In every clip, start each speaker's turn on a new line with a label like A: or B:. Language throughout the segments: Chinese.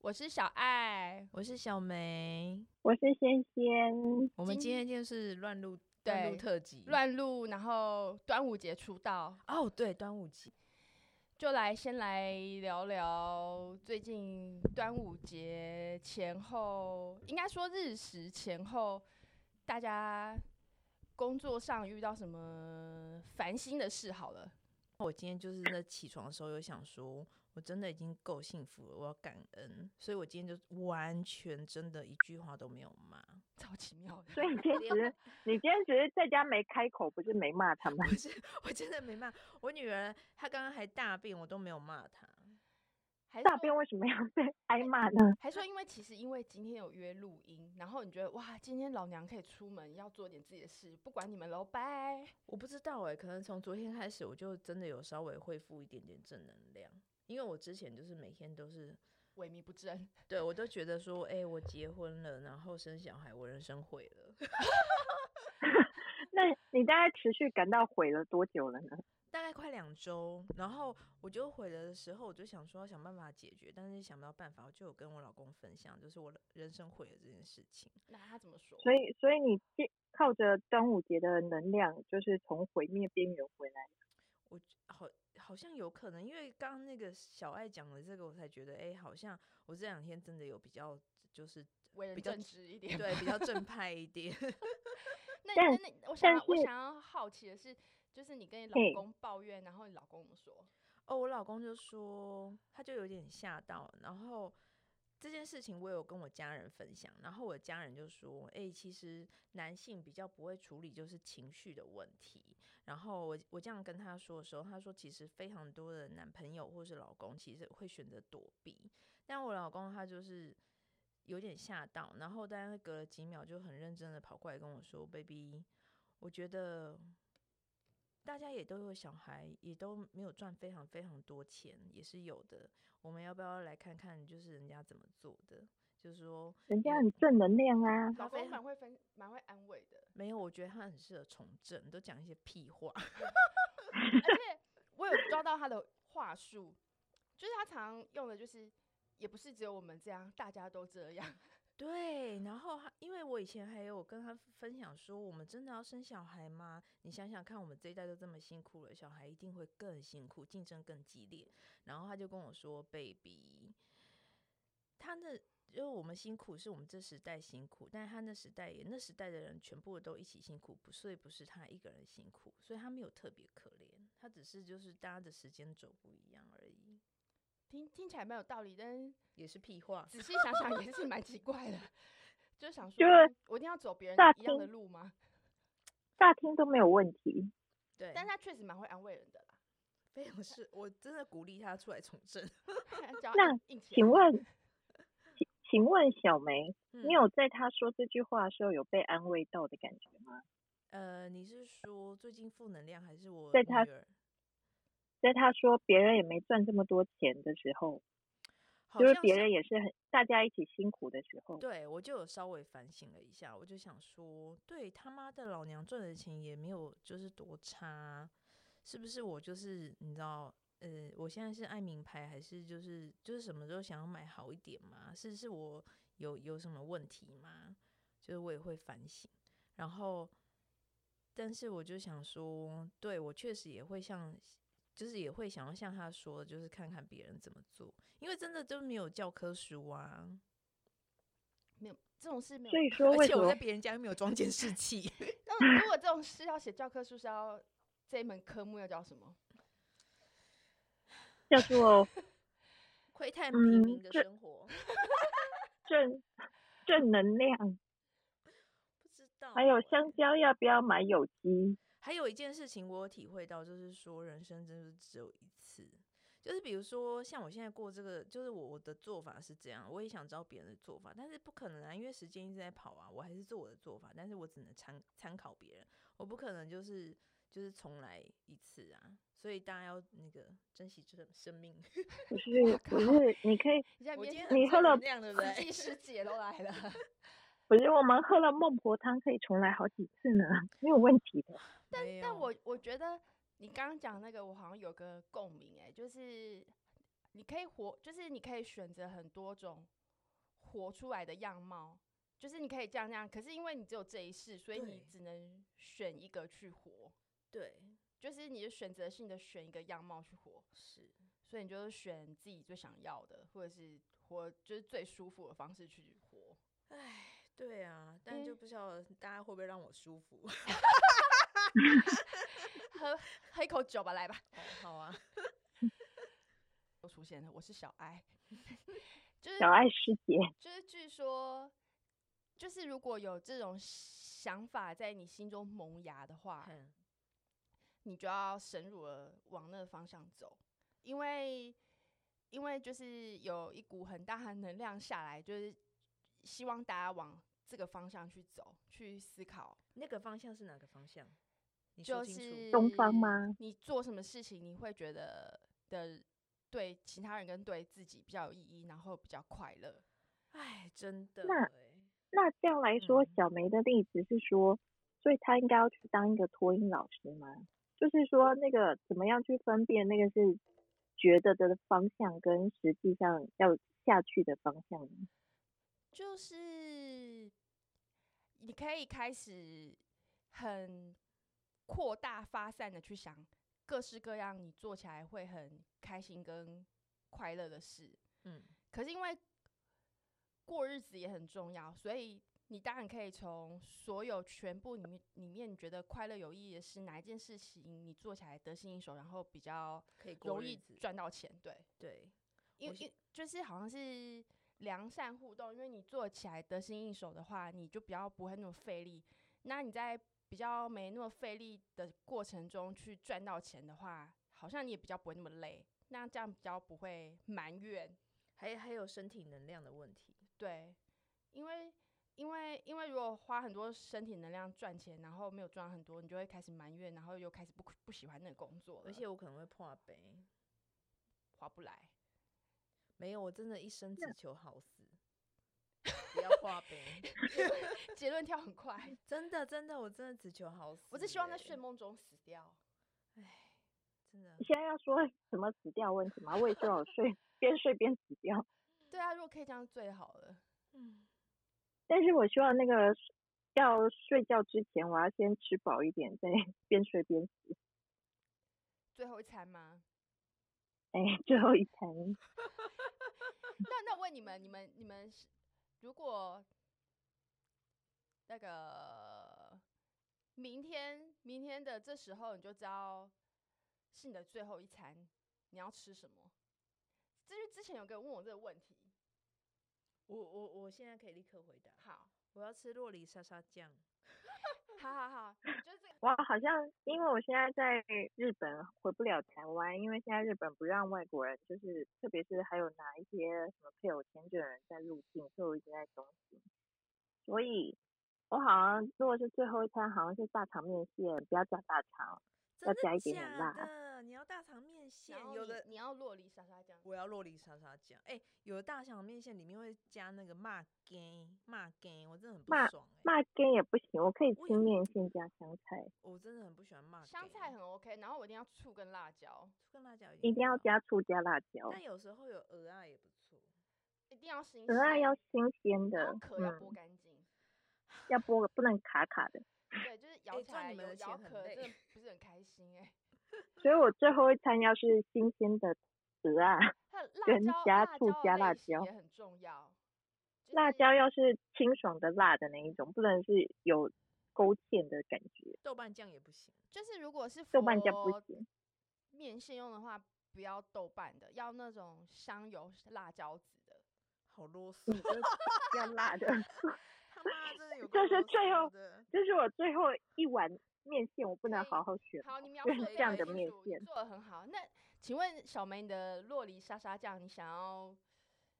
A: 我是小爱，
B: 我是小梅。
C: 我是仙仙，
B: 我们今天就是乱录乱录
A: 对
B: 特辑，
A: 乱录，然后端午节出道，
B: 哦对，端午节
A: 就来先来聊聊最近端午节前后，应该说日食前后，大家工作上遇到什么烦心的事好了。
B: 我今天就是在起床的时候有想说，我真的已经够幸福了，我要感恩，所以我今天就完全真的一句话都没有骂，
A: 超奇妙的，
C: 所以你今天只是你今天只是在家没开口，不是没骂他们
B: 不。是我真的没骂。我女儿她刚刚还大便，我都没有骂她。
A: 还是
C: 大便
A: 说
C: 为什么要被 挨骂呢？
A: 还说，因为其实因为今天有约录音，然后你觉得哇，今天老娘可以出门，要做点自己的事，不管你们喽，拜。
B: 我不知道哎、可能从昨天开始，我就真的有稍微恢复一点点正能量，因为我之前就是每天都是
A: 萎靡不振，
B: 对我都觉得说，哎、我结婚了，然后生小孩，我人生毁了。
C: 那你大概持续感到毁了多久了呢？
B: 大概快两周，然后我就回来的时候，我就想说要想办法解决，但是想不到办法，我就有跟我老公分享，就是我的人生毁了这件事情。
A: 那他怎么说？
C: 所以所以你借靠着端午节的能量，就是从毁灭边缘回来。
B: 我好好像有可能，因为刚刚那个小爱讲的这个，我才觉得，哎、好像我这两天真的有比较，就是
A: 为人
B: 比较
A: 正直一点。
B: 对比较正派一 点。
A: 那
C: 但
A: 那那，我想
C: 但
A: 要我
C: 是
A: 想要好奇的是，就是你跟你老
C: 嘿
A: 公抱怨，然后你老公怎么说？
B: 哦，我老公就说他就有点吓到，然后这件事情我有跟我家人分享，然后我的家人就说，哎、其实男性比较不会处理就是情绪的问题。然后我我这样跟他说的时候，他说其实非常多的男朋友或是老公其实会选择躲避，但我老公他就是。有点吓到，然后但是隔了几秒就很认真的跑过来跟我说：“baby，我觉得大家也都有小孩，也都没有赚非常非常多钱，也是有的。我们要不要来看看，就是人家怎么做的？就是说，
C: 人家很正能量啊，
A: 老
B: 非
A: 公
B: 常，
A: 蛮会分，蛮会安慰的
B: 没有，我觉得他很适合从政，都讲一些屁话。
A: 而且我有抓到他的话术，就是他常用的就是，也不是只有我们这样，大家都这样。
B: 对，然后他因为我以前还有跟他分享说，我们真的要生小孩吗？你想想看，我们这一代都这么辛苦了，小孩一定会更辛苦，竞争更激烈。然后他就跟我说，baby，他那因为我们辛苦是我们这时代辛苦，但是他那时代也那时代的人全部都一起辛苦，不所以不是他一个人辛苦，所以他没有特别可怜，他只是就是大家的时间轴不一样而已，
A: 听听起来蛮有道理，但是
B: 也是屁话。
A: 仔细想想也是蛮奇怪的。就想说
C: 就是，
A: 我一定要走别人
C: 大
A: 一样的
C: 厅
A: 路吗？
C: 大厅都没有问题。
B: 对，
A: 但是他确实蛮会安慰人的 啦，
B: 非常是我真的鼓励他出来从 政。
A: 只要
C: 那
A: 硬硬起来
C: 请问，请请问小梅，
B: 嗯
C: 你有在他说这句话的时候有被安慰到的感觉吗？
B: 呃，你是说最近负能量还是我
C: 在
B: 女
C: 他
B: 儿？
C: 在他说别人也没赚这么多钱的时候，
B: 好
C: 就是
B: 像
C: 别人也是很大家一起辛苦的时候，
B: 对我就有稍微反省了一下，我就想说，对他妈的老娘赚的钱也没有就是多差，是不是我就是你知道？呃，我现在是爱名牌还是就是就是什么时候想要买好一点吗？是是我有有什么问题吗？就是我也会反省，然后，但是我就想说，对我确实也会像，就是也会想要像他说的，就是看看别人怎么做，因为真的就没有教科书啊。
A: 没有这种事没有
C: 所以说
B: 而
C: 为
B: 且
C: 什
B: 我
C: 么
B: 在？别人家又没有装监视器，
A: 那如果这种事要写教科书，是要这一门科目要叫什么？
C: 叫 做
B: 窥探
C: 平
B: 平
C: 嗯
B: 民
C: 民
B: 的
C: 的这
B: 生活。
C: 正正能量，
B: 不知道欸，
C: 还有香蕉要不要买有机？
B: 还有一件事情我有体会到，就是说人生真的只有一次。就是比如说，像我现在过这个，就是我我的做法是这样，我也想知道别人的做法，但是不可能啊，因为时间一直在跑啊，我还是做我的做法，但是我只能参参考别人，我不可能就是就是重来一次啊，所以大家要那个珍惜这生命。
C: 不是
A: 我靠
C: 不是，你可以
A: 你现在
B: 我今
A: 变
B: 天
A: 成
C: 你喝了
B: 这样对不
A: 慈
B: 对
A: 济？ 师姐都来了，
C: 不是我们喝了孟婆汤可以重来好几次呢，没有问题的。
A: 但
B: 没有
A: 但我我觉得你刚刚讲那个，我欸好像有个共鸣哎、就是你可以活，就是你可以选择很多种活出来的样貌，就是你可以这样那样，可是因为你只有这一世，所以你
B: 对
A: 只能选一个去活，
B: 对，
A: 就是你的选择性的选一个样貌去活，
B: 是，
A: 所以你就是选自己最想要的，或者是活就是最舒服的方式去活。
B: 哎，对啊，但就
A: 嗯
B: 不知道大家会不会让我舒服。
A: 喝喝一口酒吧，来吧。
B: 哦，好啊，
A: 又出现了，我是小爱，就是
C: 小爱师姐，
A: 就是据说，就是如果有这种想法在你心中萌芽的话，
B: 嗯，
A: 你就要深入的往那个方向走，因为因为就是有一股很大的能量下来，就是希望大家往这个方向去走，去思考，
B: 那个方向是哪个方向？你说
A: 就
B: 清楚
A: 是
C: 东方吗？
A: 你做什么事情你会觉得的对其他人跟对自己比较有意义，然后比较快乐？
B: 哎，真的
C: 那
B: 欸，
C: 那这样来说
B: 嗯，
C: 小梅的例子是说，所以她应该要去当一个托婴老师吗？就是说，那个怎么样去分辨那个是觉得的方向跟实际上要下去的方向呢？
A: 就是你可以开始很扩大发散的去想各式各样你做起来会很开心跟快乐的事。
B: 嗯，
A: 可是因为过日子也很重要，所以你当然可以从所有全部里面里面你觉得快乐有意义的事，哪一件事情你做起来得心应手，然后比较
B: 可以过
A: 容
B: 日
A: 易
B: 子
A: 赚到钱，对。
B: 对，
A: 因
B: 我
A: 为
B: 是
A: 因就是好像是良善互动，因为你做起来得心应手的话，你就比较不会那么费力。那你在比较没那么费力的过程中去赚到钱的话，好像你也比较不会那么累。那这样比较不会埋怨，
B: 还还有身体能量的问题。
A: 对，因为因为因为如果花很多身体能量赚钱，然后没有赚很多，你就会开始埋怨，然后又开始不不喜欢那个工作了，
B: 而且我可能会破杯。
A: 划不来。
B: 没有，我真的一生只求好 死，不要破杯。
A: 结论跳很快，
B: 真的，真的，我真的只求好死欸。
A: 我只希望在睡梦中死掉。
B: 哎，真的
C: 你，现在要说什么死掉问题吗？我也正好睡，边睡边死掉。
A: 对啊，如果可以这样最好了。
B: 嗯，
C: 但是我希望那个要睡觉之前，我要先吃饱一点，再边睡边死。
A: 最后一餐吗？
C: 哎，最后一餐，
A: 那那问你们，你们你们是如果那个明天明天的这时候，你就知道是你的最后一餐，你要吃什么？就是之前有个人问我这个问题，
B: 我我我现在可以立刻回答。
A: 好，
B: 我要吃洛梨沙沙酱。
A: 好好好，就是 这个
C: 我好像因为我现在在日本回不了台湾，因为现在日本不让外国人，就是特别是还有拿一些什么配偶签证的人在入境，所以我一直在东京。所以我好像如果是最后一餐，好像是大肠面线，不要加大肠。
B: 真
C: 要
B: 的
C: 加一点
B: 假
C: 辣
B: 的？你要大肠面线
A: 然，后
B: 有
A: 你
B: 的
A: 你要洛梨沙沙酱，
B: 我要洛梨沙沙酱。哎、有的大肠面线里面会加那个麻根，麻根，我真的很不
C: 麻
B: 爽哎、
C: 辣根也不行，我可以
B: 我
C: 吃
B: 也
C: 面线加香菜，
B: 我真的很不喜欢麻根。
A: 香菜很 OK，然后我一定要醋跟辣椒，
B: 跟辣椒
C: 一定要
B: 好，
C: 加醋加辣椒，
B: 但有时候有鹅啊也不错。
A: 一定要新
C: 鹅啊
A: 鲜
C: 要新鲜
A: 然
C: 的
A: 后，壳要
C: 嗯，
A: 剥干净。
C: 要剥的不能卡卡的。
A: 对，就是咬
B: 欸
A: 起
B: 赚
A: 来
B: 你们
A: 有
B: 的钱
A: 咬
B: 很
A: 壳，
B: 累
A: 真 的不是很开心哎、
C: 所以我最后一餐要是新鲜的鹅啊，
A: 还有辣
C: 跟
A: 椒，
C: 加
A: 辣
C: 醋
A: 椒的
C: 加
A: 类
C: 辣
A: 型
C: 椒
A: 也很重要。就
C: 辣
A: 是
C: 椒要是清爽的辣的那一种，不能是有勾芡的感觉。
B: 豆瓣酱也不行，
A: 就是如果是
C: 豆瓣酱不
A: 佛
C: 行，
A: 面线用的话，不要豆瓣的，要那种香油辣椒籽的。
B: 好啰嗦
C: 你。就要辣的。
B: 他妈真的有够
C: 嗯这
B: 啰
C: 是最
B: 嗦
C: 后
B: 的。
C: 这是我最最后一碗面线，我不能
A: 可以
C: 好好选。哦
A: 好，你描
C: 就
A: 述
C: 是
A: 的
C: 这样的面线
A: 做的很好。那请问小梅，你的洛梨沙沙酱，你想要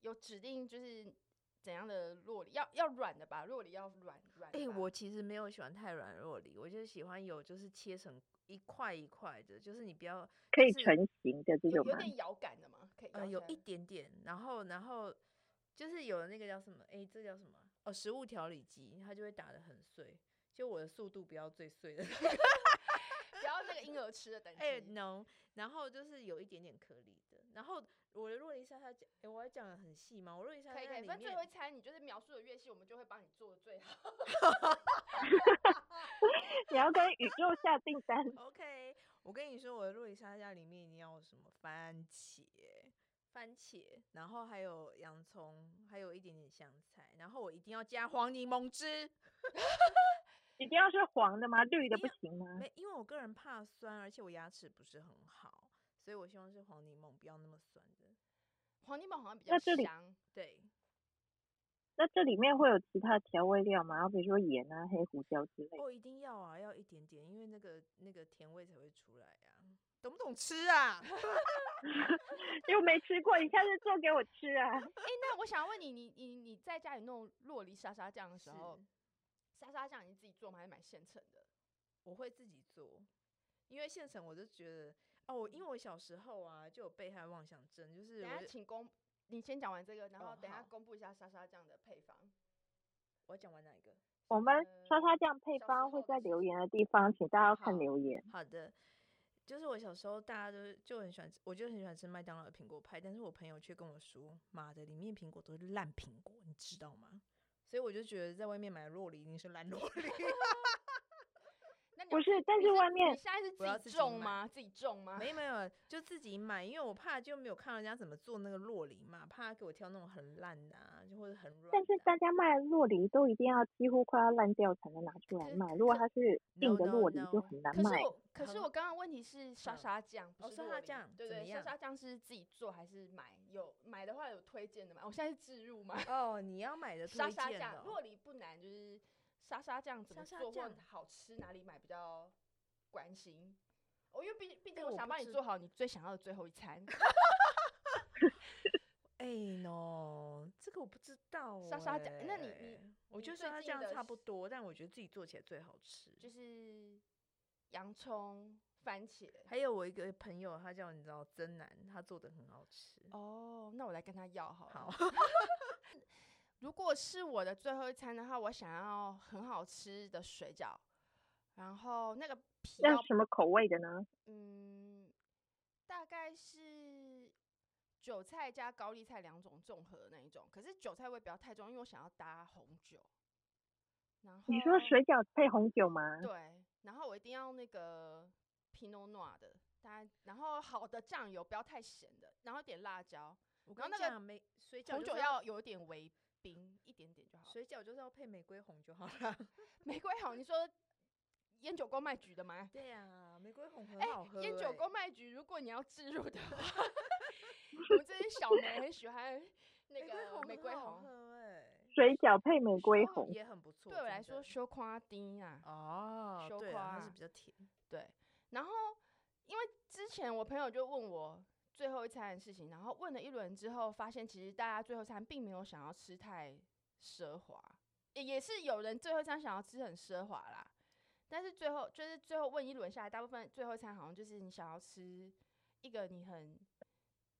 A: 有指定就是怎样的洛梨？要要软的吧，洛梨要软软的
B: 哎、
A: 吧。
B: 我其实没有喜欢太软弱梨，我就喜欢有就是切成一块一块的，就是你不要
C: 可以
B: 是
C: 成型的这
A: 有有
C: 种吗？
A: 点咬感的吗？可以咬
B: 呃有
A: 起
B: 一
A: 来
B: 点点，然后然后就是有那个叫什么？哎、这叫什么啊？哦，食物调理机，它就会打得很碎。就我的速度不要最碎的 那个，
A: 不要那个婴儿吃的等级。
B: 哎、no，然后就是有一点点颗粒的，然后我的洛丽莎她讲，诶我还讲的很细吗？我洛丽莎
A: 可以
B: 在
A: 可以，
B: 里
A: 反正最
B: 面
A: 后一餐你就是描述的越细，我们就会帮你做的最好。
C: 你要跟宇宙下订单，
B: OK，我跟你说，我的洛丽莎家里面一定要有什么番茄、番茄，然后还有洋葱，还有一点点香菜，然后我一定要加黄柠檬汁。
C: 一定要是黄的吗？绿的不
B: 一
C: 行吗？
B: 没，因为我个人怕酸，而且我牙齿不是很好，所以我希望是黄柠檬，不要那么酸的。
A: 黄金宝好像比较
C: 那这里
A: 香，
B: 对，
C: 那这里面会有其他调味料吗？然后比如说盐啊、黑胡椒之类的。
B: 哦，一定要啊，要一点点，因为那个那个甜味才会出来啊。懂不懂吃啊？
C: 又没吃过，你下次做给我吃 啊！
A: 哎、那我想要问你，你你你在家里弄洛梨沙沙酱的时候
B: 是，
A: 沙沙酱你自己做吗？还是买现成的？
B: 我会自己做，因为现成我就觉得哦，我因为我小时候啊就有被害妄想症，就是
A: 等
B: 我
A: 下
B: 就
A: 请公，你先讲完这个，然后
B: 哦
A: 等下
B: 好
A: 公布一下沙沙酱的配方。
B: 我讲完哪一个？
C: 我们
A: 呃
C: 沙沙酱配
A: 小时
C: 方会
A: 候的
C: 在
A: 事
C: 留
A: 情
C: 言的地方，请大家看
B: 好
C: 留言。
B: 好的，就是我小时候大家都就很喜欢吃，我就很喜欢吃麦当劳的苹果派，但是我朋友却跟我说：“妈的，里面苹果都是烂苹果，你知道吗？”所以我就觉得在外面买洛梨一定是烂洛梨。
A: 那你
C: 不
A: 要
C: 是
A: 自己
C: 但
A: 嗯你
C: 是
A: 是
C: 外面
A: 你现在是
B: 我要
A: 自
B: 自
A: 己
B: 己
A: 种
B: 买
A: 吗？自己种吗？
B: 没有没有，就自己买，因为我怕就没有看人家怎么做那个洛梨嘛，怕给我挑那种很烂的、啊，就或者很软的啊。
C: 但是大家卖的洛梨都一定要几乎快要烂掉才能拿出来
B: 可
C: 卖，
B: 可
C: 如果它是硬
B: No,
C: 的
B: no,
C: 洛梨
B: no
C: 就很难
A: 可
C: 卖
A: 是。我，可是
B: 很
A: 我刚刚问题是沙
B: 嗯
A: 沙酱，不
B: 哦
A: 是
B: 沙
A: 洛
B: 沙
A: 梨
B: 酱
A: 对
B: 怎
A: 对，
B: 么
A: 沙
B: 样
A: 沙酱是自己做还是买？有买的话有推荐的吗？我现在是置入吗？
B: 哦，你要买的推
A: 沙沙
B: 荐
A: 酱
B: 的哦
A: 洛梨不难，就是沙沙酱怎么
B: 沙沙
A: 做或
B: 酱
A: 好吃哪里买比较关心。哦，因为毕毕竟
B: 哎
A: 我
B: 我
A: 想
B: 不
A: 帮你
B: 知
A: 做好你最想要的最后一餐，
B: 哎、no，这个我不知道、欸。
A: 沙沙酱那你你
B: 我
A: 你
B: 觉得
A: 最
B: 沙沙
A: 近的
B: 酱差不
A: 是
B: 多，但我觉得自己做起来最好吃。
A: 就是洋葱、番茄。
B: 还有我一个朋友，他叫你知道真南，他做的很好吃。
A: 哦，那我来跟他要好了。
B: 好，
A: 如果是我的最后一餐的话，我想要很好吃的水饺，然后那个皮
C: 那
A: 要
C: 什么口味的呢？
A: 嗯，大概是韭菜加高丽菜两种综合的那一种，可是韭菜味不要太重，因为我想要搭红酒。然后
C: 你说水饺配红酒吗？
A: 嗯对，然后我一定要那个 Pinot Noir 的，大家然后好的酱油不要太咸的，然后一点辣椒，
B: 我
A: 然后
B: 跟你
A: 那个
B: 讲，玫水饺
A: 红
B: 就
A: 酒
B: 是要
A: 要有一点微冰，一点点就好了。
B: 水饺就是要配玫瑰红就好了。
A: 玫瑰好，你说烟酒公卖局的吗？
B: 对呀、啊，玫瑰红很
A: 哎、
B: 好喝、
A: 烟酒
B: 哎
A: 公卖局，如果你要置入的话， 我们这些小梅很喜欢那个玫瑰
B: 玫瑰
A: 红
B: 红很好。喝哎、
C: 水饺配玫瑰
A: 说
C: 红，
B: 也很不错。
A: 对我来
B: 真
A: 说，
B: 的
A: 羞夸丁啊，
B: 哦
A: 羞，
B: 对啊，它
A: 夸
B: 是比较甜。
A: 对。然后，因为之前我朋友就问我最后一餐的事情，然后问了一轮之后，发现其实大家最后一餐并没有想要吃太奢华，也也是有人最后一餐想要吃很奢华啦。但是最后就是最后问一轮下来，大部分最后一餐好像就是你想要吃一个你很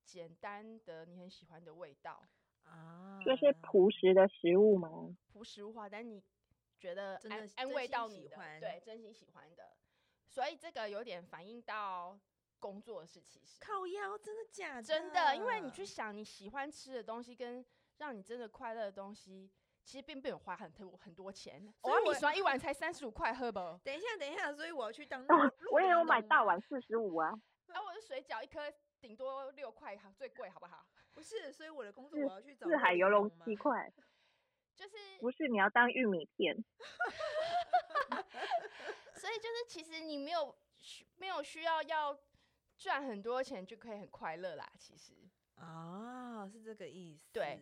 A: 简单的、你很喜欢的味道，
B: 啊，
C: 就是朴实的食物吗？
A: 朴实无华，但你觉得
B: 真
A: 安
B: 的
A: 安
B: 真
A: 慰
B: 心
A: 到
B: 喜
A: 你的，
B: 欢
A: 对，真心喜欢的。所以这个有点反映到工作的事，其实
B: 靠腰，真的假的？
A: 真的，因为你去想你喜欢吃的东西跟让你真的快乐的东西，其实并没有花很多很多钱。
B: 所
A: 我
B: 以
A: 要
B: 我
A: 米刷一碗才三十五块，喝 不？啊，
B: 等一下，等一下，所以我要去当
C: 那
B: 洛
C: 我哦 我也有买大。
B: 洛丽
C: 碗四十五啊，
A: 我的水饺一颗顶多六块，好最贵，好不好？
B: 农不是，所以我的工作
C: 四
B: 我要去找
C: 四海游龙七
B: 七。
C: 块，
A: 就是
C: 不是你要当玉米片，
A: 所以就是，其实你没有需没有需要要赚很多钱就可以很快乐啦。其实，
B: 哦啊，是这个意思。
A: 对，